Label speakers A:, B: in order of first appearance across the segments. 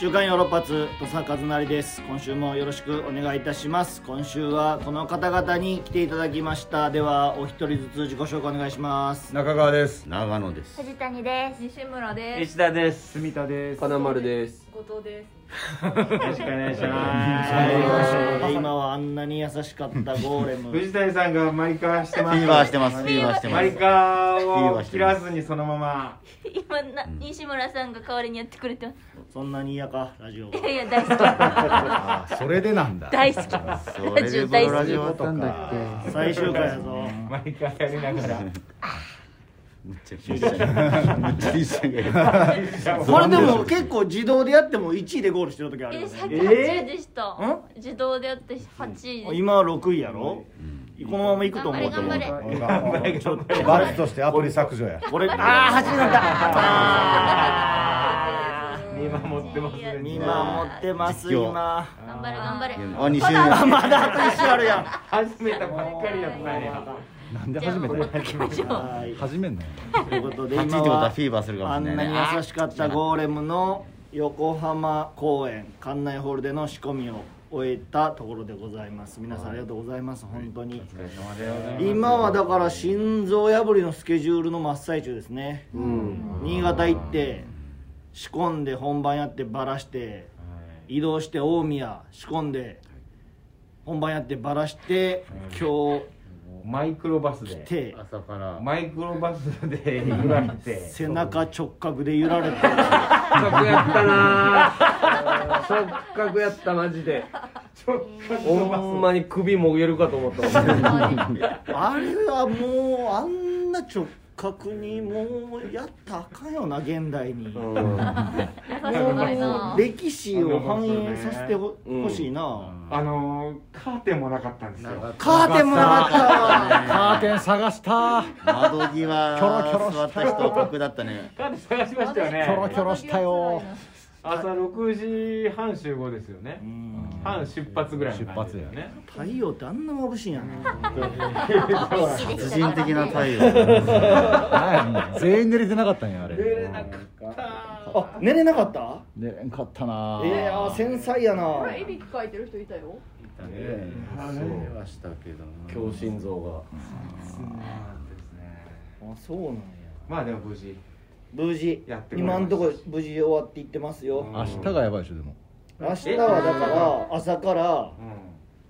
A: 週刊ヨーロッパ通土佐和成です今週もよろしくお願いいたします今週はこの方々に来ていただきましたではお一人ずつ自己紹介お願いします
B: 中川です
C: 長野です
D: 藤谷です。
E: 西村です。
F: 田です住田です
G: 金丸です。
E: 後藤です。
F: よろしくお願いし
A: はい
F: ま
A: 今はあんなに優しかったゴーレム
F: す藤谷さんがマリカーして
C: フ
F: ます
C: ィーバーしてますフィーバーしてま
F: マリ
C: す
F: カーを切らずにそのまま
D: 今な西村さんが代わりにやってくれてま
A: そんなに嫌かラジオ
D: す。
A: が
D: いやいや大好
B: あそれでなんだ
D: き大好き。
C: そ
D: ラ
C: れで
D: ジオ
C: この
D: 大
C: ラ
D: 好
C: ジ
D: き。
C: オだったんだっけ
A: 最終回やぞ
F: マリカーやりながら
C: むっちゃ金さんがむっちゃ金さんが
A: これでも結構自動でやっても1位でゴールしてる時ある
D: え
A: よ
D: さっ
A: ね
D: き8位でした
A: ん。
D: 自動でやって8位で
A: 今は6位やろこのままいくと思う
D: 頑張れ頑
B: 罰としてアプリ削除や
A: これああ8位だったあ
D: す。
F: 見守ってますね
A: ー見守ってます
C: 実況
A: 今
D: 頑張れ頑張れ。
C: あ二周年
A: まだあと1周あるやん
F: 始めたばっかりやったんや
B: なんで
D: じゃあ
B: 始め
D: もう一
B: た
D: 回行きましょう。
A: はい
B: 始めんの
A: ということで
C: 8って
A: 今
C: ことは
A: は
C: フィーバーするかも
A: あ
C: しれ
A: ん
C: な
A: ない
C: ね
A: に優しかったゴーレムの横浜公演館内ホールでの仕込みを終えたところでございます皆さんありがとうございます本当に今はだから心臓破りのスケジュールの真っ最中ですね
G: うん。
A: 新潟行って仕込んで本番やってバラして移動して大宮仕込んで本番やってバラして今
F: マイクロバス
A: 日来
F: で
A: て
C: 朝から
F: マイクロバスで揺られて
A: 背中直角で揺られて
G: 直角やったなー。直角やったマジで。ほんまに首もげるかと思った。
A: あれはもうあんな直角にもうやったらあかんよな現代に、
D: 優しくないな。
A: 歴史を反映させてほ,、しいな、
H: あのー、カーテンもなかったんですよ。
A: カーテンもなかったわ
B: カーテン探した
C: 窓際
B: キョロキョロ
C: 座った人酷だったね
F: カーテン探しましたよ
B: キョロ
F: ね
B: キョロしたよ
F: 朝6時半集合ですよね
A: うん
F: 半出発ぐらいの感じだよ
B: 出
F: ね
A: 太陽ってあんな眩しいんやな
C: 自人的な太陽
B: なんや全員寝れてなかったんやあれ寝れな
A: あ寝れなかった
B: んかったな
A: えー、あー繊細やな
E: これいびきかいてる人いたよ。
C: はしたけど
G: 強心臓
A: あそうなんや
F: まあでも無事
A: 無事
F: やってこれました
A: 今んとこ無事終わっていってますよ、
B: 明日がやばいでしょでも
A: 明日はだから朝から
F: う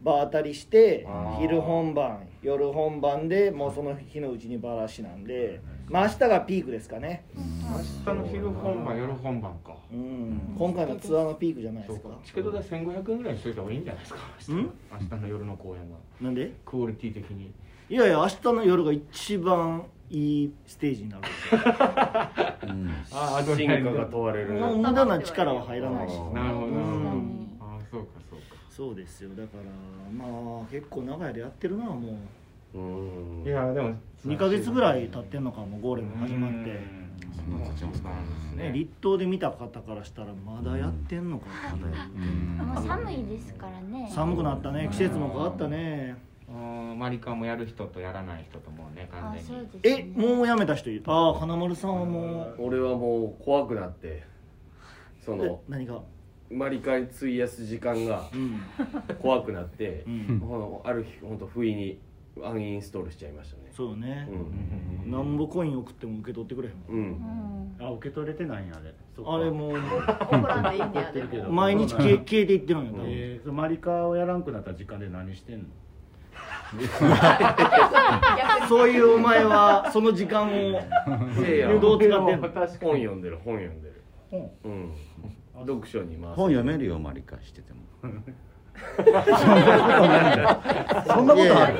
A: 場当たりして
F: あー
A: 昼本番夜本番でもうその日のうちにバラシなんで、まあ、明日がピークですかね、
F: ん明日の昼本番夜本番か
A: うん、今回のツアーのピークじゃないですか
F: チケット代1500円ぐらいにしといた方がいいんじゃないですか明日
A: ん
F: 明日の夜の公演が
A: なんで
F: クオリティ的に
A: いやいや明日の夜が一番いいステージになる
F: ああ
G: が。進化が問われる。
A: もう無駄な力は入らないし
F: なるほどなるほど
A: うん
F: ああそうかそうか
A: そうですよだからまあ結構長屋でやってるなも
G: うん
F: い。やでも
A: う2ヶ月ぐらい経ってんのかもうゴーレム始まって、
C: そんな経ちますか
A: ね、立冬で見た方からしたらまだやってんのかっていう
D: もう寒いですからね。
A: 寒くなったね季節も変わったね
F: うんマリカもやる人とやらない人ともうね完
D: あ
F: 全
D: そう
F: に
D: です。
A: えもうやめた人いるああ金丸さんはもう
G: 俺はもう怖くなって。そ
A: え
G: の
A: 何が
G: マリカに費やす時間が
A: うん
G: 怖くなって
A: う、ん
G: ほんある日本当不意にアンインストールしちゃいましたね。
A: そうよね
G: う、。
F: うんん
A: なんぼコイン送っても受け取ってくれへんもん
G: うん
D: う。ん。
C: あ受け取れてないんやあれ
A: あれもう
E: 怒らないいんだよ。でも
A: 毎日消え消えていってるんや多分
C: えマリカーをやらんくなった時間で何してんの
A: そういうお前はその時間を
G: せいや
A: 誘導を使ってんの
G: 本読んでる本読んでるうん読書に回
C: 本
G: す
C: 読めるよマリカーしてても
B: そんなことある
C: いやい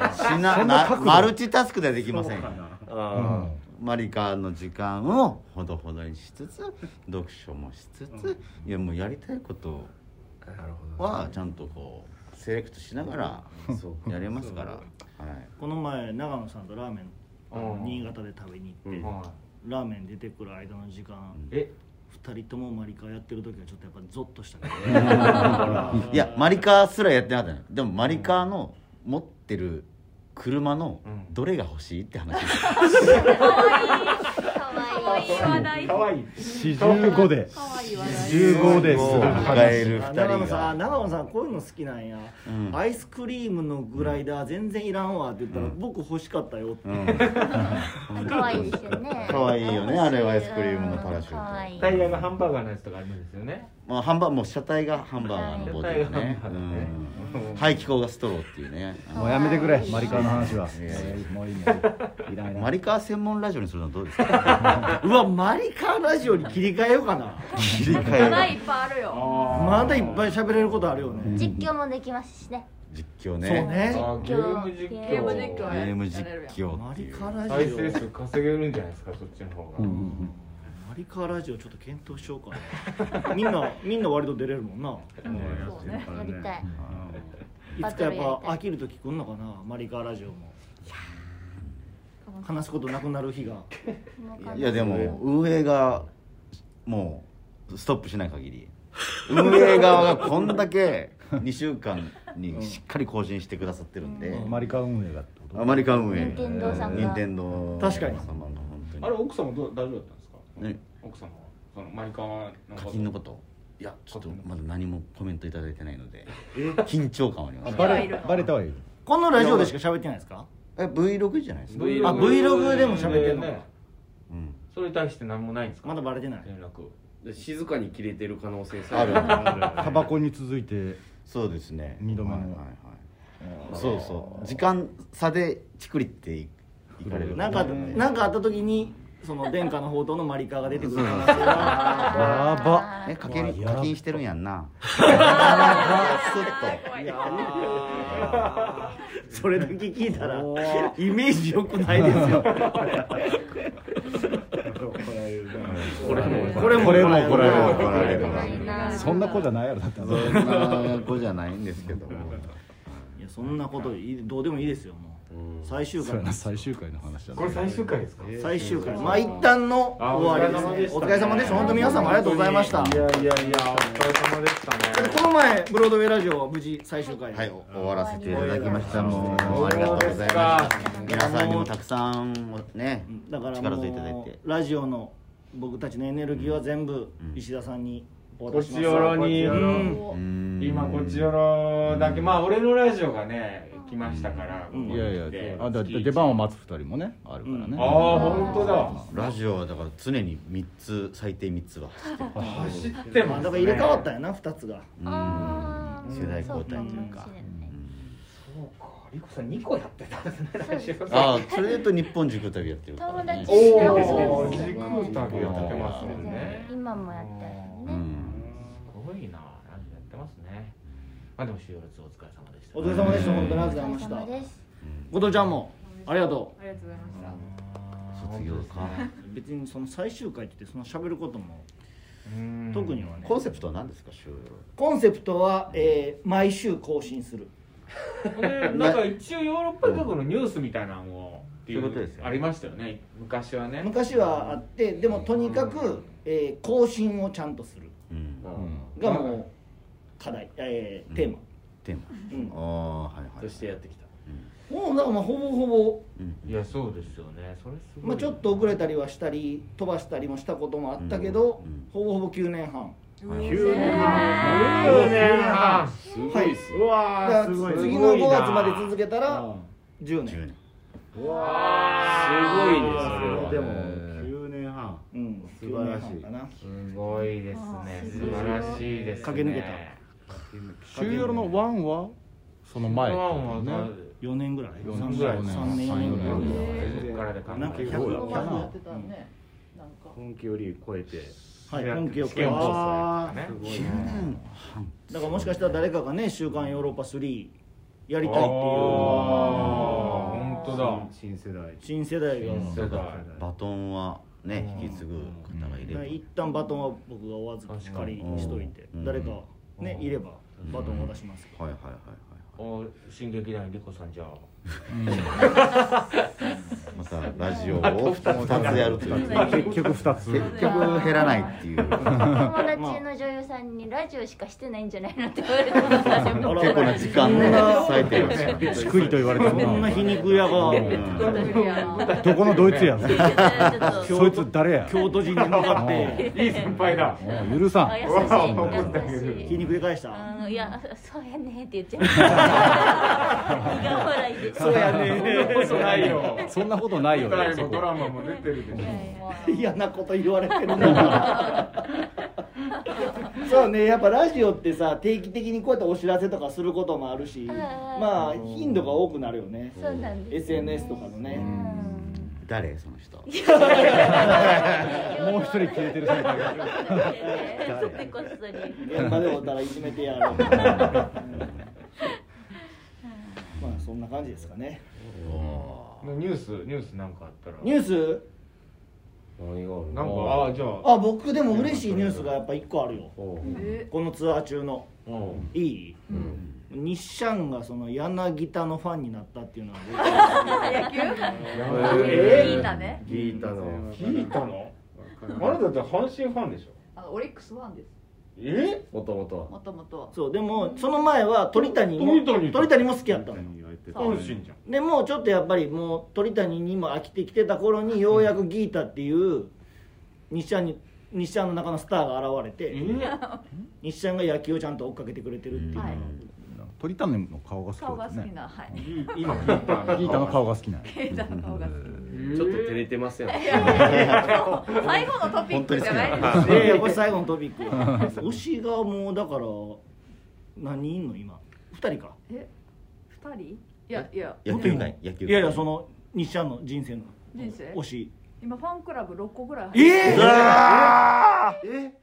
C: やしななマルチタスクではできません
G: あ
C: マリカの時間をほどほどにしつつ読書もしつつ、いやもうやりたいこと
G: あなるほ
C: はちゃんとこうセレクトしながら
G: どそう
C: やれますから、はい、
A: この前長野さんとラーメンあの
F: うん
A: 新潟で食べに行って、
G: うん
F: はい
A: ラーメン出てくる間の時間
F: え
A: 2人ともマリカやってる時はちょっとやっぱゾッとしたけど
C: いやマリカすらやってなかったのでもマリカの持ってる車の
F: うん
C: どれが欲しいって話、
D: 可愛い話題。
H: 可愛い
B: 四十五で
E: 可愛い話題。
B: 十五です
C: 迎える
A: あ
C: 二
A: 長野
C: 人
A: さんあ
C: が
A: 長野さんこういうの好きなんや、
C: うん
A: アイスクリームのグライダー全然いらんわって言ったら、僕欲しかったよって、
C: うん
D: 可愛いですよね。
C: 可愛いよねあれはアイスクリームのパラシュート
D: 可愛い
F: タイヤがハンバーガーのやつとかあるんですよね
C: まあハンバーもう車体がハンバーガーのボディでね
F: 車体がハンバーガーね
C: うん排気口がストローっていうねあ
B: もうやめてくれマリカーの話はい
C: やい
B: もういいねいらんい
C: の
B: らん
C: マリカー専門ラジオにするのはどうですか
A: うわマリカーラジオに切り替えようかな
C: 切り替
E: 話
C: え
E: 題い
C: る
E: っぱいあるよ。
A: まだいっぱい喋れることあるよね、
D: 実況もできますしね。
C: 実況
A: そう
C: ね
A: ね
F: あゲーム実況
E: ゲーム実況
C: ゲ
E: そうね
C: ーム実況
A: マ
C: って
A: リ
C: いう
A: カーラ
F: 再
A: ジオ
F: 生数稼げるんじゃないですかそっちの方が、
B: うんうんうん
A: マリカーラジオちょっと検討しようかなみんなみんな割と出れるもんな
E: そうね。
D: やりたい。
A: いつかやっぱ飽きる時来んのかなマリカーラジオも話すことなくなる日が
C: いやでも運営がもうストップしない限り運営側がこんだけ2週 間にしっかり更新してくださってるんで、
B: マリカー運営がってこと
C: アマリカ運営
D: 任天堂さんが
C: 任天堂
A: 確かに
C: 様が本当に
F: あれ奥様どう大丈夫だったんですか
C: ね
F: 奥様はそのマリカーの
C: 課金のこといやちょっとまだ何もコメントいただいてないので緊張感はありま
B: あ
C: す
B: バレバレたはいる
A: このラジオでしか喋ってないですか
C: え Vlog じゃないですか、
A: あ Vlog でも喋ってんのか
F: ね
C: うん、
F: それに対して何もないんですか
A: まだバレてない
F: 連絡
G: で静かに切れてる可能性さ
C: ある
B: タバコに続いて
C: そうですね
B: 二度目の
C: はいはいはいそうそう時間差でチクリっていいかれる
A: なんかなんかあった時にその殿下の宝刀のマリカーが出てくる可能性
B: や
A: が
B: ば
C: え課金課金してるんやんなスッと
E: 怖い。
A: それだけ聞いたらイメージ良くないですよ
G: これも
A: これも
B: これもこれも
C: 怒られる
D: いいな
B: そんな子じゃないやろだって
C: そんな子じゃないんですけども
A: いやそんなこといいどうでもいいですよもう最終
B: そ
A: 回
B: うやな最終回の話だ
F: これ最終回ですか
A: 最終回まあ一旦の
F: あ
A: 終わりですねお
F: お
A: 疲
F: 疲
A: れ
F: れ
A: 様
F: 様
A: で
F: で
A: し
F: したた
A: 本当皆さんありがとうございました
F: いやいやいやお疲れ様でしたね
A: この前ブロードウェイラジオは無事最終回
C: はい、お終わらせていただきました。もうありがとうございました。皆さんにもたくさんね、
A: だから
C: 力添えいただい
A: も
C: て。
A: うラジオの僕たちのエネルギーは全部石田さんにお渡
F: こ
A: しし
F: ち
A: ます
F: よろに
A: うん
C: う
E: お
C: ーん
F: 今こっちよろだけまあ俺のラジオがね来ましたから
A: うん
B: いやいやあだって出
F: あ
B: 番を待つ二人もねあるから
F: あ
B: ね
F: 本当だ
C: ラジオはだから常に三つ最低三つは走ってる
F: 走って
A: ま
F: ま
A: あ
F: す
A: だから入れ替わったんやな2つが
D: あー
C: 世代交代というか。
F: そうかリコさん2個やってたんですねラジオ
C: ああ、それで言うと日本軸旅やってるから
D: 友
C: ね
D: 達。
F: お
D: 調べて
F: お時
D: る
F: 空旅やってますもんね
D: 今もやってる
C: うん。
D: ね。
F: すごいなラジオやってますねまあでも終了お疲れ様でした
A: お疲れ様でした本当にありがとうございま
D: 様
A: した
D: です。
A: 後藤ちゃんもありがと
E: ありがとうございました。
C: 卒業か。
A: う別にその最終回って言ってその喋ることも
F: うん
A: 特にはね
C: コンセプトは何ですか、終
A: コンセプトは、えー毎週更新する
F: で なんか一応ヨーロッパ各国のニュースみたいなのをってい
C: そういうことですよ
F: う
C: ね
F: ありましたよね昔はね
A: 昔はあってでもとにかく、えー更新をちゃんとする
C: 了。うん。
B: うん
A: がもう課題、えーテーマ、
C: テー
A: うん
C: マ。ああ、はいはい。
G: としてやってきた
A: もうだからまあほぼほぼ、
C: うん。
F: いやそうですよねそれすごい
A: まあ、ちょっと遅れたりはしたり飛ばしたりもしたこともあったけど、
C: うんうん
A: ほぼほぼ9年半
H: 9年
F: 9年半
G: すごいっす
H: うわー
A: だか
H: すごい
A: ら
H: な
A: 次の5月まで続けたら10
C: 十
A: 年
C: 年。
G: すごいねそれは
H: でも9年半
A: うん
H: 素晴らしい
A: 9年半かな
F: すごいですね素晴らしいですね
A: 駆け抜けた
B: 終了のワンはその前ってこ
F: ワ
B: と
F: ンは
B: ね
F: ね
A: 4年ぐらい
B: 四
A: 3
B: 年
A: ぐらい
B: 四年
A: 3年4年ぐらい
B: 三四
F: そこからで考え
A: なんか
F: て
A: 100
E: 今までやってたね。なんか。
H: 本気より超えて
A: はい、本気を超え
F: 試験
A: ま
F: 放
A: し
F: 送
A: た
H: あ
F: ね
H: すごい
C: 九年半。
A: だからもしかしたら誰かがね「週刊ヨーロッパ3」やりたいっていう
F: 本当だ
H: 新世代
A: 新世代が
F: 新世代
C: バトンはね、引き継ぐ方がいれば。
A: 一旦バトンは僕がお預け借りにしといて
C: うん
A: 誰かねいればバトンを渡しますけど
C: はいはいはいはい。
F: お進撃団リコさんじゃあ
C: またラジオを2つやるという
H: まあ結局2つ
C: 結局減らないっていう
D: 友達の女優さんにラジオしかしてないんじゃないのって言われたことあるもん
C: 結構な時間 の割いてますよね
B: しくいと言われて
A: こんな皮肉屋が
B: などこのドイツやん
D: ちょっと
B: そいつ誰や
A: 京都人に向かって
F: いい先輩だ。
B: もう許さ
D: あ
B: ん
D: 優しい優し
A: 皮
D: い
A: 肉で返した
D: あのいやそうやねって言っ ちゃう苦笑いで
A: そうやね
F: そないよ。
B: そんなことないよねそこ
F: ラマも出てるでし
A: 嫌なこと言われてるな そうねやっぱラジオってさ定期的にこうやってお知らせとかすることもあるし
D: うん
A: まあ頻度が多くなるよね
D: そうなんです
A: SNS とかのね
C: 誰その人
B: もう一人消えてる先輩が
D: それこっそり
A: 現場でおったらいじめてや ろううんまあそんな感じですかね
F: ニュースニュースなんかあったら。
A: ニュース
G: 何がある
F: なんかああじゃあ。
A: あ僕でも嬉しいニュースがやっぱ一個あるよこのツアー中のいい日シャンがその柳田のファンになったっていうのは僕
E: 野球
F: え
E: いいんだね
G: 聞いたの
F: 聞いたの？あなたって阪神ファンでしょ？
E: あのオリックスファンです
F: え？
G: もともとは
E: もともと
A: そうでもその前は鳥谷も
F: 鳥谷
A: 鳥谷も好きやったのよ
F: 阪神じゃん。
A: でもうちょっとやっぱりもう鳥谷にも飽きてきてた頃にようやくギータっていう日産に日産の中のスターが現れて日産が野球をちゃんと追っかけてくれてるっていう、
E: はい
B: 鳥谷の顔が好き
E: 顔
B: だっ
E: が好
B: た
E: き
B: ね
E: なはい
F: 今聞いた。
B: ギータの顔が好きなの
E: ケイタの顔が好き
G: ちょっと照れてますよね
E: 最後のトピックじゃないです
A: いやいやこれ最後のトピック推しがもうだから何人いんの今2人か
E: え二人いやいや
C: 野球界野球界
A: いやいやその日産の人生の
E: 人生
A: 推し
E: 今ファンクラブ六個ぐらい入ってる
A: え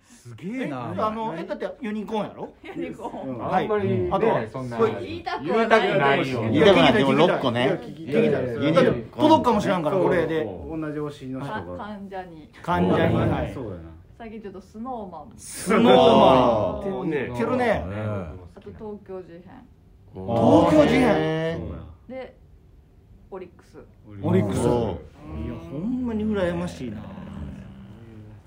B: すげえな
A: あのえだってユニコーンやろ
E: ユニコーン
F: あんまり
A: あとは
F: ねそんな
A: これ
E: 言いたく
F: 言
E: はい
F: た
E: な
F: く
E: い
F: ないよ。
A: い
C: でもなでも6個ね
F: 聞きたいです
A: だって届くかもしれんからこれで
H: 同じ推しの人
E: か
H: が
E: 患者に
A: 患者にはい
H: そうだな
E: 最近ちょっとスノーマン
A: スノーマン
G: そうね
A: 言ってるね
E: あと東京事変
A: 東京事変
C: え
H: そうだ
E: でオリックス
A: オリックスいや
C: そ
A: ほんまに羨ましいな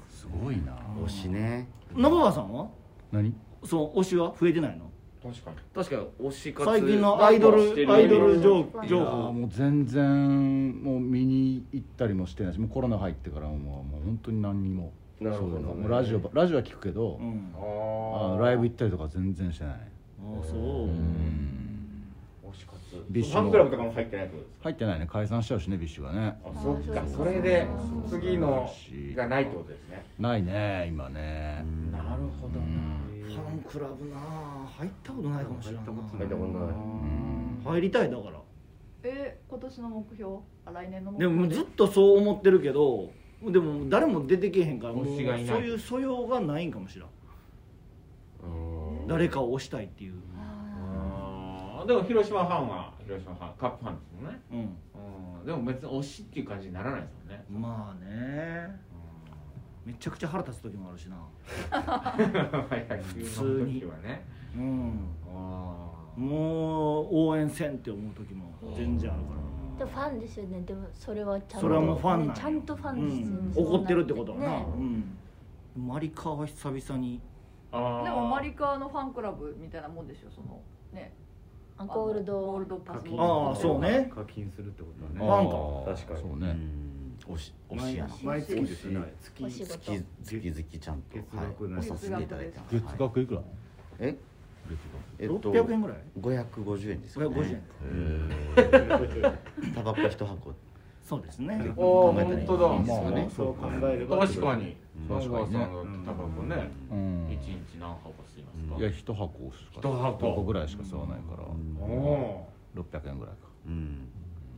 B: すごいな
C: う推しね
A: 信川さんは
B: 何
A: その推しは増えてないの
F: 確かに。
G: 確かに推し活
A: 最近のアイド
G: して
A: ル
G: る
A: アイドル情
B: いや
A: 情
B: ー
A: 報
B: もう全然もう見に行ったりもしてないしもうコロナ入ってからもうもう本当に何にも
G: なるほどね
B: そういうのもうラジオばラジオは聞くけど、
A: うん
F: あ
B: あ
F: あ
B: のライブ行ったりとか全然してない
A: ああそう
B: うん
F: 推し活。
B: ビッシュ
F: ファ
B: の
F: ンクラブとかも入ってないってことですか。
B: 入ってないね解散しちゃうしねビッシュがね
F: あそっかそれで次のがないってことですね
B: ないね今ね
F: なるほど
A: ファンクラブなあ入ったことないかもしれない
G: 入ったことない
A: 入りたいだから
E: え今年の目標あ来年の目
A: で
E: 標
A: もずっとそう思ってるけどでも誰も出てけへんからもうそう
F: 推しがいない
A: いう素養がないんかもしれん誰かを推したいっていう
F: あーでも広島ファンは広島ファンカップファンですもんね
A: うん
F: うんでも別に推しっていう感じにならないですもんね
A: まあねめちゃくちゃ腹立つ時もあるしな
F: 普
A: 通に
F: はね
A: うん
F: あ
A: もう応援せんって思う時も全然あるか
D: でもファンですよねでもそれはちゃんと
A: それはもうファンなんよ
D: ちゃんとファ
A: ら、う
D: ンですよ
A: ん
D: ね、
A: 怒ってるってことはな、
D: ね
A: うん、マリカは久々に
F: ーあー
E: でもマリカのファンクラブみたいなもんでしょそのね
D: あゴールド
E: あのゴールドパス
A: ああそうね
H: 課金するってこと
B: フ
H: だね
A: ァンか
G: 確かに
B: そう
C: う
B: ね
C: ん推し推し
A: 毎
C: や
A: 朝
H: 毎月ですね
D: お仕
C: 月
D: 事
C: 月々ちゃんと
H: 月
C: はい
H: 額なん
C: お
H: で
C: させていただいてます
B: 月
C: はい
B: 額いくら
C: え
B: 月
C: えっと
A: 600円ぐらい
C: 550円ですかね
A: 550円か
C: へータバコ一箱
A: そうですね
F: お
C: 考えたらい
F: ー
C: い
F: 本当だ
C: ですよね
H: そう考えれば
F: 確かに
B: うん
F: 確かにね
H: うん
F: タバコね
B: 額うん
F: 一日何箱吸いますか
B: いや一箱しか
F: 一箱
B: ぐらいしか吸わないから、
F: おお
B: 600円ぐらいか
C: うん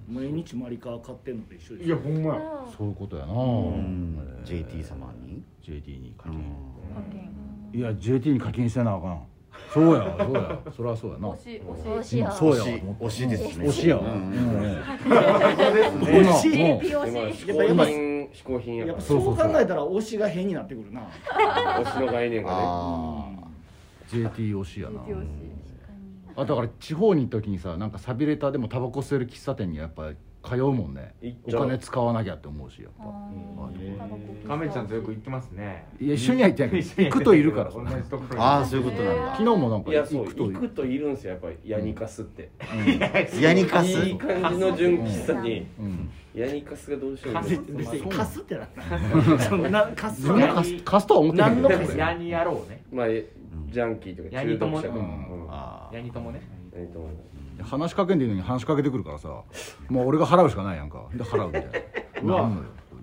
A: 毎日マリカ買ってんのと一緒で
F: ーい
A: し
F: や
A: ょ
F: ほんまや
B: そういうことやな、
C: うん
B: えー
C: JT 様に
B: JT に課金、
E: 課金
B: いや JT に課金せなあかんそうやそうやそりゃそうやな
E: 推し
D: ど
E: 推
D: う
E: し
D: しよう
B: そうや
C: 推
B: わ
C: し推しですね
B: 推しやわ
C: うん
B: うんね
A: 推し
B: うん
D: 美容師
G: 嗜好品嗜好品や
A: や
G: か
A: っ
G: ら
A: ぱ
G: 推
A: そう考えたら推しが変になってくるな
G: しの概念がね
C: ああ
B: JT 推しやな
E: JT 推し
B: JT あだから地方に行った時にさなんか寂れたでもタバコ吸える喫茶店にやっぱ通うもんね
G: 行っ
B: お
G: ちゃう
B: 金使わなきゃって思うしやっぱ
D: ー
F: 亀ちゃんとよく行ってますね
B: いや一緒には行ってな い
F: 一緒に
B: 行
F: は
B: くといるから
F: 同
B: そん
F: じ
B: な
F: ところに
C: ああそういうことなんだ
B: 昨日もなんか
G: いやそう
B: 行くと
G: 行
B: い
G: く
B: る
G: といるんですよやっぱりヤニカスって
C: ヤニカス
G: いい感じの純喫茶に
B: うん
G: ヤニカスがどうしようもな
F: カス
G: い
F: って
A: 別に貸すってなんだそんな貸す
B: 自分が貸す貸すとは 思ってないけど
A: 何の
B: これ
F: ヤニ野郎ね
G: まあえジャンキーとか
F: ヤ
G: 中
F: ニ
G: 毒
F: 友
G: 者と
F: ね
G: かうん
C: あ
F: ヤニ友ね
G: ヤニ友
B: 話しかけんでいいのに話しかけてくるからさもう俺が払うしかないやんかで払うみたいな
A: うわ
B: なんのよこ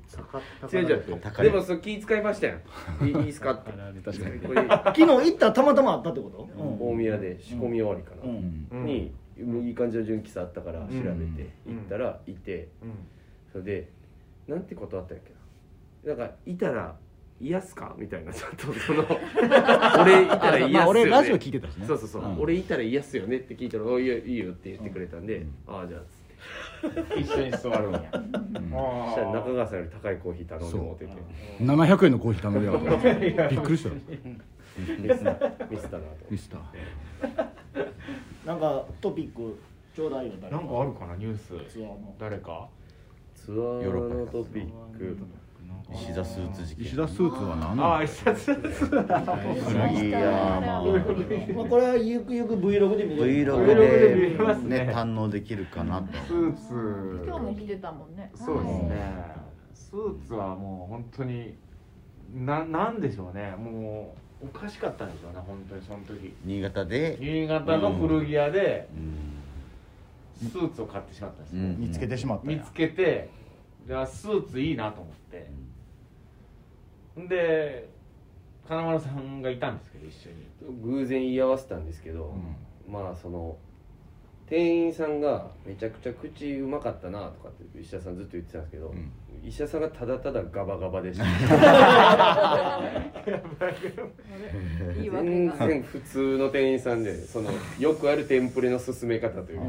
B: いつ
G: 違う違うでもそれ気遣いましたよいいいっすかってこれ
A: 昨日行ったらたまたまあったってこと
G: 大宮で仕込み終わりか
A: うん、う
G: な、
A: ん
F: うん
G: にいい感じの純喫茶あったから調べて
F: うん
G: 行ったらいて
F: うん
G: それでなんてことあったんやっけななんかいたら癒すかみたいなちょっとそ の俺いたら癒すよ、ね
B: まあ俺ラジオ聞いてたしね
G: そうそうそう、
B: うん
G: 俺いたら癒すよねって聞いたら「おいいよいいよ」って言ってくれたんで「ああじゃあ」っつ
F: 一緒に座るんや
G: ってしたら中川さんより高いコーヒー頼んで持ってて
B: 700円のコーヒー頼みやがったびっくりしたよ
G: ミスミスったなと
B: ミスター
A: なんかトピックちょうだいよ誰
F: なんかあるかなニュース
A: ツアーの
F: 誰か
G: ツアーのトピック
C: あ石田スーツ事件
B: 石田スーツは何
F: あ
B: な
F: あ
B: の
F: 一冊
C: いやまあ
A: まあ、これはゆくゆく Vlog で見れる
C: Vlog
F: で見れます
C: で
F: ね
C: ね堪能できるかなと
F: スーツ
E: 今日も来てたもんね
F: そうですねスーツはもう本当にななんでしょうねもうおかしかったんでしょうね本当にその時
C: 新潟で、
F: 新潟の古着屋で
C: うん
F: スーツを買ってしまったんです
C: う
F: よ、
C: ん、
B: 見つけてしまったん
F: 見
B: や
F: つけてじゃあスーツいいなと思ってで金丸さんがいたんですけど一緒に
G: 偶然居合わせたんですけど、まあその店員さんが「めちゃくちゃ口うまかったな」とかって石田さんずっと言ってたんですけど、
B: ん
G: 石田さんがただただガバガバ でした
E: いいわけ
G: 全
E: が
G: 然普通の店員さんで そのよくあるテンプレの進め方というか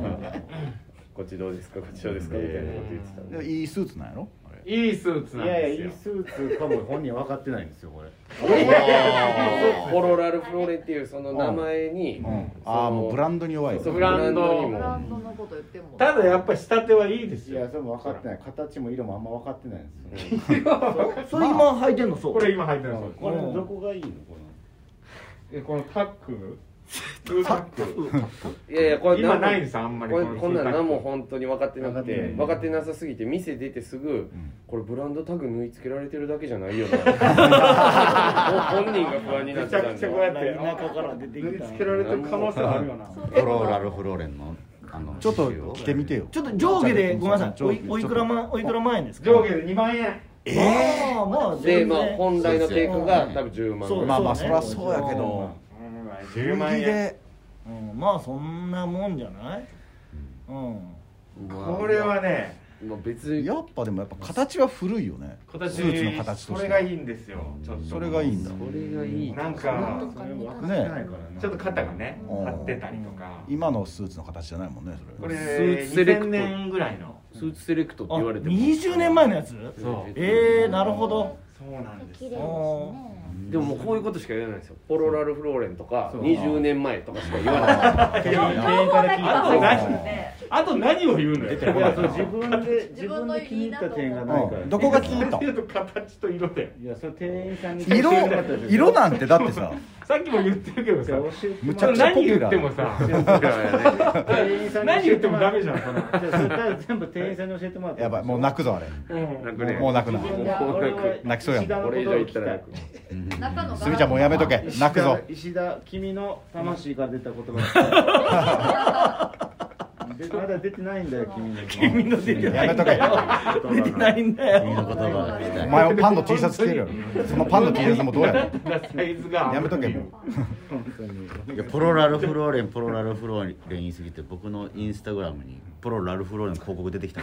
G: 「こっちどうですかこっちどうですか」みたいなこと言ってたん
B: でも
G: で
B: いいスーツなんやろあれ
F: いいスーツなん
H: いやいや
F: です
H: い
F: よ
H: いスーツかも本人は分かってないんですよこれ
G: そうコロラルフローレっていうその名前に、
B: うんああもうブランドに弱い
G: そ
F: ブ
G: うブ
F: ラ
G: ラ
F: ン
G: ン
F: ド
G: ドに
E: ブラ
G: も
E: ンドのこと言っても
F: ただやっぱり仕立てはいいです
H: いや
F: よ
H: それも分かってない形も色もあんま分かってないんですよ
A: それ今履いてんのそう
F: これ今入ってるの
H: これどこがいいのこ
F: えこのタッ クタック
G: いやいやこれ
F: 今
G: 何も
F: ないんですよあんまり
G: これ
F: の
G: こんなん何も本当に分かってなくて
H: 分
G: 分かってなさすぎて店出てすぐこれブランドタグ縫い付けられてるだけじゃない よなもう本人が不安にな
F: め
G: っ
F: ち
G: て
F: ゃ
G: たん
F: くち
G: で
F: ゃこうやって
A: 田舎から出てきた
F: 縫い付けられてる可能性あるよな
C: コローラルフローレンのあの
B: ちょっと
C: 刺繍を
B: 着てみてよ
A: ちょっと上下でごめんなさいおいおいくらまおいくら万円ですか
F: 上下で2万円
A: ええー、まあ
G: で
A: 全然
G: まあ本来の定価が多分10万
A: そう
G: ぐ
A: ね
G: らい
B: まあまあそりゃそうやけど
F: うん
B: 古
F: 10
B: 着
F: 万円
B: で
A: うん、まあそんなもんじゃないうん
F: これはね
G: まあ別に
B: やっぱでもやっぱ形は古いよね
F: 形
B: スーツの形として
F: それがいいんですよちょっと
B: それがいいんだ
G: それがいい
F: なんか
H: れ分かって
B: ね
H: ないからな
F: ちょっと肩がね
B: うん
F: 張ってたりとか
B: 今のスーツの形じゃないもんねそ
F: こ
B: れ
F: れ
G: スーツセレクト
F: 2000年ぐらいの
G: スーツセレクトって
A: あ
G: 言われても
A: 20年前のやつ
F: そう
A: ええー、なるほど
F: そうなんです
D: 綺麗
F: よ
D: ですね
G: でももうこういうことしか言わないんですよポロラルフローレンとか20年前とかしか言わない
H: メーカーで聞い
F: あ
H: た
F: と
H: ら
F: 何あと何を言うのよ
H: いやそう自分で自分で気に入った点がないから、
B: うんどこが気に入った
F: 手と形と色で
H: いやそれ店員さんに
B: 色
H: 教えてもらったでしょ
B: 色なんてだってさ
F: さっきも言ってるけど
H: いや
F: さ
H: 教えても
B: むち
H: らっ
B: ゃくちゃポ
F: 何
B: ピュ
F: 言
B: ラ
F: っ
B: ー
F: ても
H: た
F: さ
H: 店員さんに教えらった
F: 何言ってもダメじゃんその
H: じゃあそれから全部店員さんに教えてもらった
B: やばいもう泣くぞあれ
G: なんかね
B: もう泣くな
H: 自分で俺は
B: 泣きそうやん
H: 石田のこ
G: こ
H: と
G: れ以上言ったら
H: を聞
G: 泣く
H: きたい
E: 中野が
B: すみちゃんもうやめとけ泣くぞ
H: 石田君の魂から出た言葉ですでまだ出てないんだよ君の君の
B: やめとけ
A: 出てないんだよ
C: 君の言葉が聞きた
B: お
C: い
B: 前はパンの T シャツ着てるよそのパンの T シャツもどうやね
F: サイズが
B: んやめとけも
C: いやポロラルフローレンポロラルフローレン言いすぎて僕のインスタグラムにプロラルフローレンの広告出てきた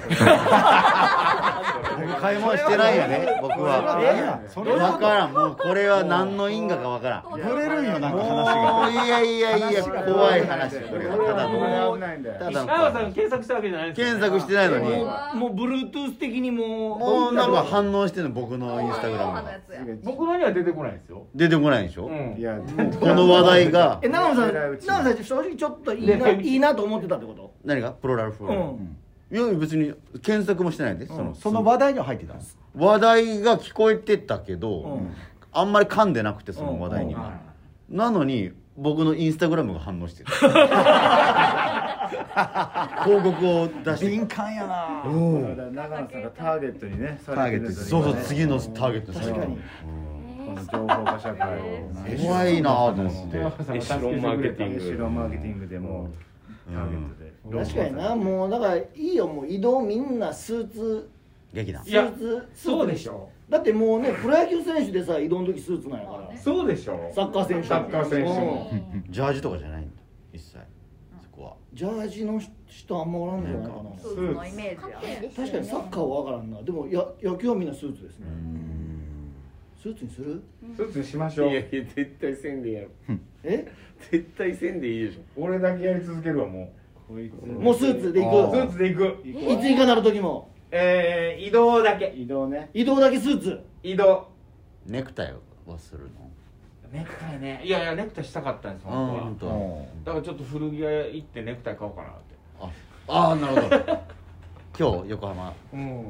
C: 僕買い物してないよね僕は
A: それは
C: 分からんもうこれは何の因果か分からんも
H: ぶれるんよなんか話が
C: ういやいやいや怖い話これはただ
H: これ
C: の
H: は危ないんだよ
C: ただ
G: 石
C: の
G: 川さん検索したわけじゃないですよね
C: 検索してないのに
A: もう Bluetooth 的にもう
C: もうなんか反応してんの僕のインスタグラム
E: の
C: が
E: やつや
F: 僕のには出てこないですよ。
C: 出てこないでしょ、
F: うん
H: い。やもう
C: この話題が
A: え長野さん
H: 狙いう
A: 長野
H: ち
A: さん正直ちょっといいないいなと思ってたってこと
C: 何がプロラルフローレン、
A: うん
C: いや別に検索もしてないで、その
B: その話題には入ってたんです
C: 話題が聞こえてたけど、
A: うん
C: あんまり噛んでなくてその話題には、なのに僕のインスタグラムが反応して る広告を出して
B: 敏感やな
H: だから長野さんがターゲットにねタ
C: ターゲットそうそう次のターゲット
A: 確かに
H: この情報化社会
C: う
H: を
C: ん怖いなと思って
G: エシロンマーケティング
H: 後ろマーケティングでもターゲットで
A: 確かになもうだからいいよもう移動みんなスーツ
C: 劇団
A: ス
G: いや
A: ーツスー
G: そう
A: ツ
G: でしょ
A: だってもうねプロ野球選手でさ移動の時スーツなんやから
G: そうでしょ
A: サッカー選手
F: サッカー選手も
D: うん
C: ジャージとかじゃないんだ一切そこは
A: ジャージの人あんまおらんじゃないかな
E: スーツのイメージやね
A: 確かにサッカーは分からんなでもや野球はみんなスーツですね
C: うん
A: スーツにする
F: スーツにしましょう。
G: 絶対せんでいいやろ
A: え
G: 絶対せんでいいでしょ
F: 俺だけやり続けるわも
H: こいつ
A: もうスーツで
F: う。ス
A: 行
F: ーツで行く。
A: くいついかなる時も
F: えー移動だけ。
H: 移動ね
A: 移動だけスーツ
F: 移動。
C: ネクタイはするの
F: ネクタイね。いやいやネクタイしたかったんです
C: あ
F: 本
C: 本
F: 当
C: 当
F: は。だからちょっと古着屋行ってネクタイ買おうかなって。
C: ああなるほ ど今日横浜
F: うん。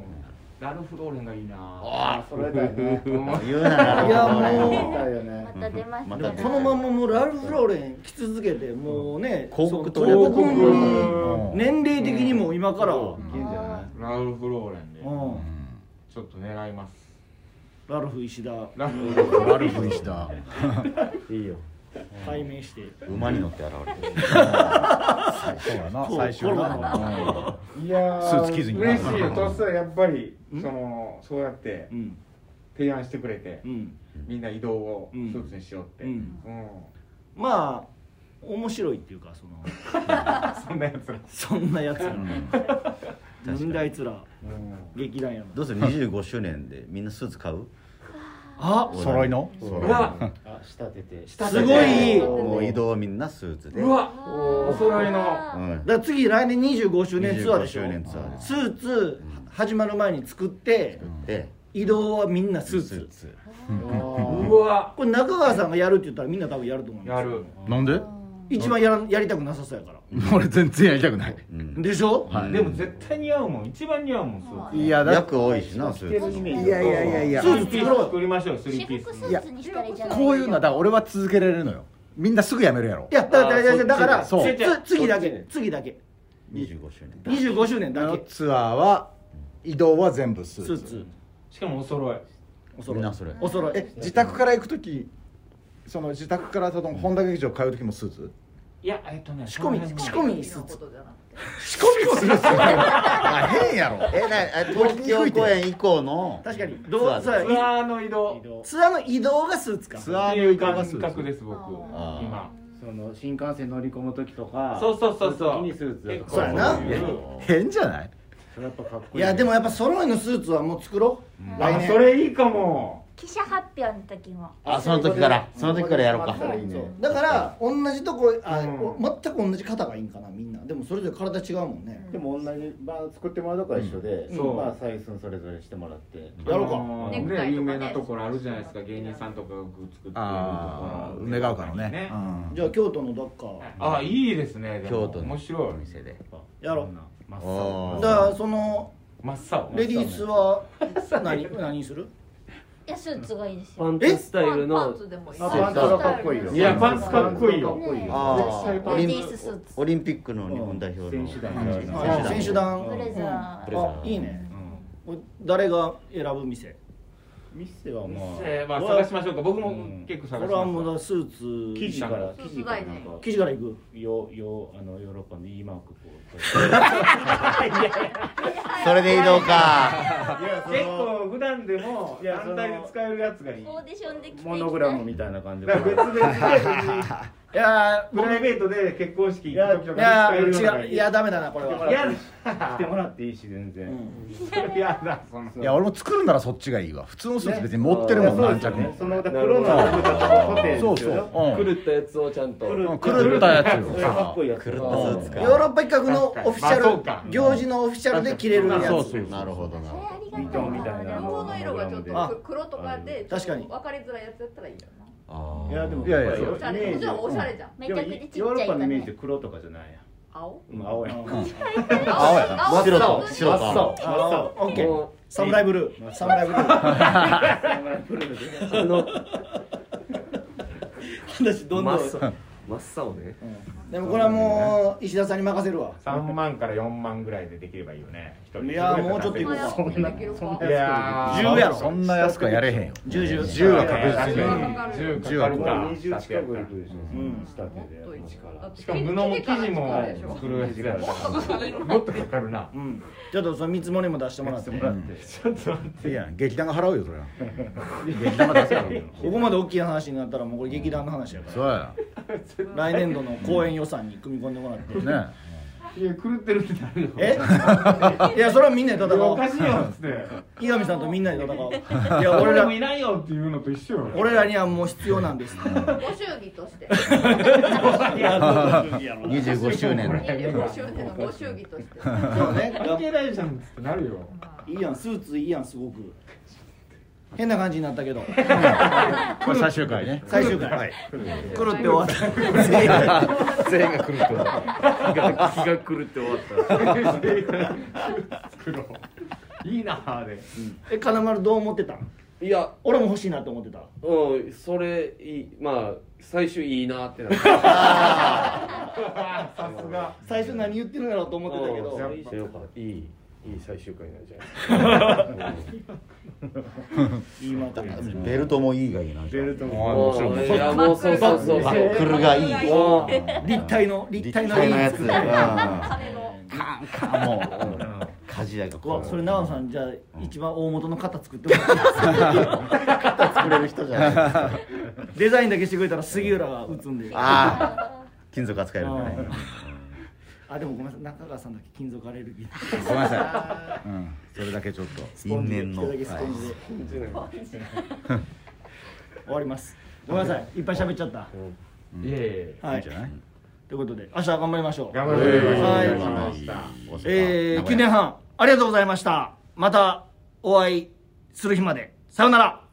F: ラルフローレンがいいな。
C: あ
H: それだよね
C: あ言うな ら
A: いやもう
H: そうだよね
D: また出ます
C: ま
D: け
C: た出
D: ど
C: ます
A: このままもうラルフ・ローレン来続けてもうね
C: 広告
A: そ
C: と
A: う広告
C: 広
A: に年齢的にも今から
F: うん
H: いけんじゃない
F: ラルフローレンで。
A: うん
F: ちょっと狙います。
A: ラルフ石田
F: ラルフローレン。
B: ラルフにした
G: いいよ
A: 解明して
C: 馬に乗って現れてる
B: そうやな
A: こう
B: 最初
A: コロ
B: ない
F: や
B: スーツ着ずにな
F: 嬉しいよとっさやっぱりそ
A: ん
F: のそうやって
A: うん
F: 提案してくれて
A: うん
F: みんな移動をス
A: うん
F: ーツにしようって
A: う
F: うんん
A: まあ面白いっていうかその
F: そんなやつら
A: そんなやつら なんであいつら
F: うん
A: 劇団やの
C: どうする25周年でみんなスーツ買う
A: あ
B: 揃いの
F: うわ
H: あ下出て
A: すごいいい
C: もう移動はみんなスーツで
F: うわお揃いの
C: うん
A: だから次来年25周年ツアーでしょ
C: 25周年ツアーです
A: スーツ始まる前に作って
C: で
A: 移動はみんなスーツ
F: うわ
A: これ中川さんがやるって言ったらみんな多分やると思うんですよ
F: やる
B: なんで
A: 一番やらんやりたくなさそうやから
B: 俺全然やりたくない
C: うん
A: でしょ、
C: はい
F: でも絶対似合うもん一番似合うもんスーツ
B: いやだ
C: 役多いしなスーツ
H: い
B: いやいやいやいや
A: スーツ
F: スリーピース作りましょうスリ
D: 私
F: ーピー
D: 服
F: ス
D: スーツにしたらいいじゃない
B: こういうのはだから俺は続けられるのよみんなすぐやめるやろ
A: いやだから
G: あー
A: だからだから
B: そっち
A: つ
B: ね
A: つ次だけ次だけ
C: 25周年
A: 25周年だけ
B: ツアーは移動は全部ス
A: スー
B: ー
A: ツ
B: ツ
F: しかもお揃い
A: お
C: みん
A: 揃い
C: なそれ
A: お揃い
B: え自宅から行く時その自宅からその本田劇場通う時もスーツ
F: いやえっとね
A: 仕込み
F: その辺の
A: 仕込みス
E: そ
A: ー
E: んなこ
A: ツ
E: とじゃなくて
B: 仕込みスーツ あ変やろ
C: えなあ 東京公演以降の
A: 確かに
C: ツ
A: ど
C: ア
A: う
C: ー
A: そう
F: ツ
A: や
F: アーの移動
A: ツアーの移動がスーツか
B: ツ
F: っ
B: ア
F: て
B: ー
F: い
B: の
F: う
B: 移動がス
F: 感
B: ー
F: 覚
B: ツ
F: です僕
C: あー
F: 今
H: その新幹線乗り込む時とか
F: そうそうそうそう
H: い時にスーツだと
F: 結構
A: そうやな
F: そういう
B: 変じゃない
H: それやっぱかっこいい
A: いやでもやっぱ揃いのスーツはもう作ろう、来
F: あ
A: 年
F: それいいかも
D: 記者発表の時も
C: あその時からその時からやろうか
H: そういいね
A: そうだから同じとこあ、
F: うん
A: お全く同じ肩がいいんかなみんなでもそれぞれ体違うもんね、
H: でも同じバー作ってもらうとこは一緒で、
F: んそう
H: まあ採寸それぞれしてもらって
A: やろうか
F: あのー
E: ネクタイとかね
F: ね有名なところあるじゃないですか芸人さんとかが作ってるところ
B: ああ梅ヶ丘のねうん
A: じゃあ京都のどっか
F: ああいいですねでも
C: 京都の
F: 面白
C: お
F: い
C: 店で
A: やろ
F: 真っ
C: お
A: う
C: ー
A: だからその
F: 青真っ青
A: レディースは何何にする
D: いやスーツがいいですよ
G: パンツスタイル
E: パン
G: の
E: ツでもいい
H: あ
C: パ
H: パ
C: ン
H: ン
C: ツ
H: ツ
C: が
H: が
D: か
H: か
D: っ
H: っ
D: こ
H: こ
D: い
H: い
D: い
H: い
D: よ
H: よ
F: いやパンツかっこいいよ
H: かっこいいよ
C: あ
D: レデ
C: あオリン
D: ィーススーツ
C: オリンピックの日本代表
H: 選
C: の
H: 手団
A: あ選手団
D: ブレザー
C: ブレザー
A: あいいね
F: うん
A: これ誰が選ぶ店
H: 店はまあ
F: えーまあ探しましょうか僕も結
A: こ
F: 構探
A: れ
F: し
A: は
F: ま
A: も
F: し
A: う
F: た
A: だからスーツ
H: 生地から
E: そう
H: 生地からなんか
A: 生地からいく
H: よよあのヨーロッパの E マークこう
C: それで移動か
F: 結構普段でも
H: いやその
F: 単体で使えるやつがいい
D: オーディションで着てき た
H: モノグラムみたいな感じで
F: だから別々で
A: いやー
F: プライベートで結婚式行く時と
A: いや
F: か
A: ー
F: に使えるような
A: 違ういやダメだなこれは
F: 嫌だ
H: 来てもらっていいし全然、
F: 嫌だその
B: いや俺も作るならそっちがいいわ普通のスーツ別に持ってるもん何着も
H: そのだから黒の服だと取ってるん
B: そう
H: です
B: そう
H: よ
B: うん
G: 狂ったやつをちゃんと
H: うん
B: 狂ったやつ
H: それかっこいいやつ
C: 狂ったスー
A: ヨ
C: ツ
A: ー
C: か
A: ロッパ企画のオフィシャ
F: まあそうか
A: ル行事のオフィシャルで着れるやつ
B: そうそう
C: なるほどな
D: あ
H: ビ
D: りが
H: ト
D: とう
H: ンみたいな
E: 両方の色がちょっ
A: あ
E: と黒とかで
A: 確かに
E: 分かりづらいやつやったらいいよな
C: あー
H: いやでも
B: いやいや
H: っぱり
E: おしゃれ
H: イメージ
E: じゃあおしゃれじゃん
D: めちゃくちゃちっちゃい
H: ヨーロッパのイメージ
D: ね
H: で黒とかじゃないや
E: 青
H: うん青や
E: 青
C: やな真っ白と白と青
A: あのオッケー
G: も
A: サムライブルーサムライブルー
G: うあの
A: 話どんどん
G: 真っ青真っ青ね
A: でもこれはもう石田さんに任せるわ
F: 3万から4万ぐらいでできればいいよね一人
A: いやーもうちょっといこうか
E: そんなできるか
F: いやー
A: 10やろ
B: そんな安くはやれへんよ
A: 重々
B: 10は確実に
F: 10かかるか
H: 20近くいくでしょ
A: ん
H: 仕立
E: も
H: てで
E: っといくだって
F: しかも布も生地も作るやつだからもっとかかるな
A: うんちょっとその見積もりも出してもらって
F: ちょっと待って
B: いいやん劇団が払うよそれは劇団が出すから
A: ここまで大きい話になったらもうこれ劇団の話やか
B: そうや
A: ら来年度の公演予算に組み込んでもらって
B: ね
F: いや狂ってるってなるよ
A: えいやそれはみんなで戦お
F: お
A: う
F: かしいよっつって
A: 伊上さんとみんなで戦お ういや俺
F: 俺も
A: ら
F: いないよっていうのと一緒よ
A: 俺らにはもう必要なんです
E: ご祝儀として
C: 25周年の
E: 25周年のご祝儀として
A: そうね
F: 関係ないじゃんっつってなるよ
A: いいやんスーツいいやんすごく変な感じになったけど
B: これ最終回ね
A: 最終回、はい、狂って終わった
B: 全員が来るって
G: 気が気が狂って終わった
F: 作ろういいなあれ
A: え金丸どう思ってたん
G: いや
A: 俺も欲しいなと思ってた
G: うんそれいいまあ最終いいなってなる
F: さすが
A: 最初何言ってるんだろうと思ってたけ
G: うん
A: ど
G: 最初よかったいいいい最終回なんじゃない
A: 今という
C: ベルトもいいがいいな
H: ベルトも
G: も ういやもうそうそうそう
C: バックルがいい
G: もう
A: 立体の立
C: 立
A: 体
C: 体
A: の
C: のやつ
A: う
C: うんん
E: 金の
C: カンカンもう鍛冶屋が
A: う
C: こ
A: わ
C: う
A: それ長野さんじゃあ一番大元の型作ってもらって
C: 作れる人じゃないですか
A: デザインだけしてくれたら杉浦が打つんであ
C: ああ金属扱えるんだね
A: でもごめんなさい中川さんだけ金属アレルギー
B: ごめんなさいうんそれだけちょっと
C: 因縁の
A: 一人だけスポンジで 終わりますごめんなさいいっぱい喋っちゃった
F: いやいやいや
A: はい
B: じゃない
A: ということで明日頑張りましょう
F: 頑張ってくれました
A: はい
F: ありがとうございました
A: えー、9年半ありがとうございましたまたお会いする日までさようなら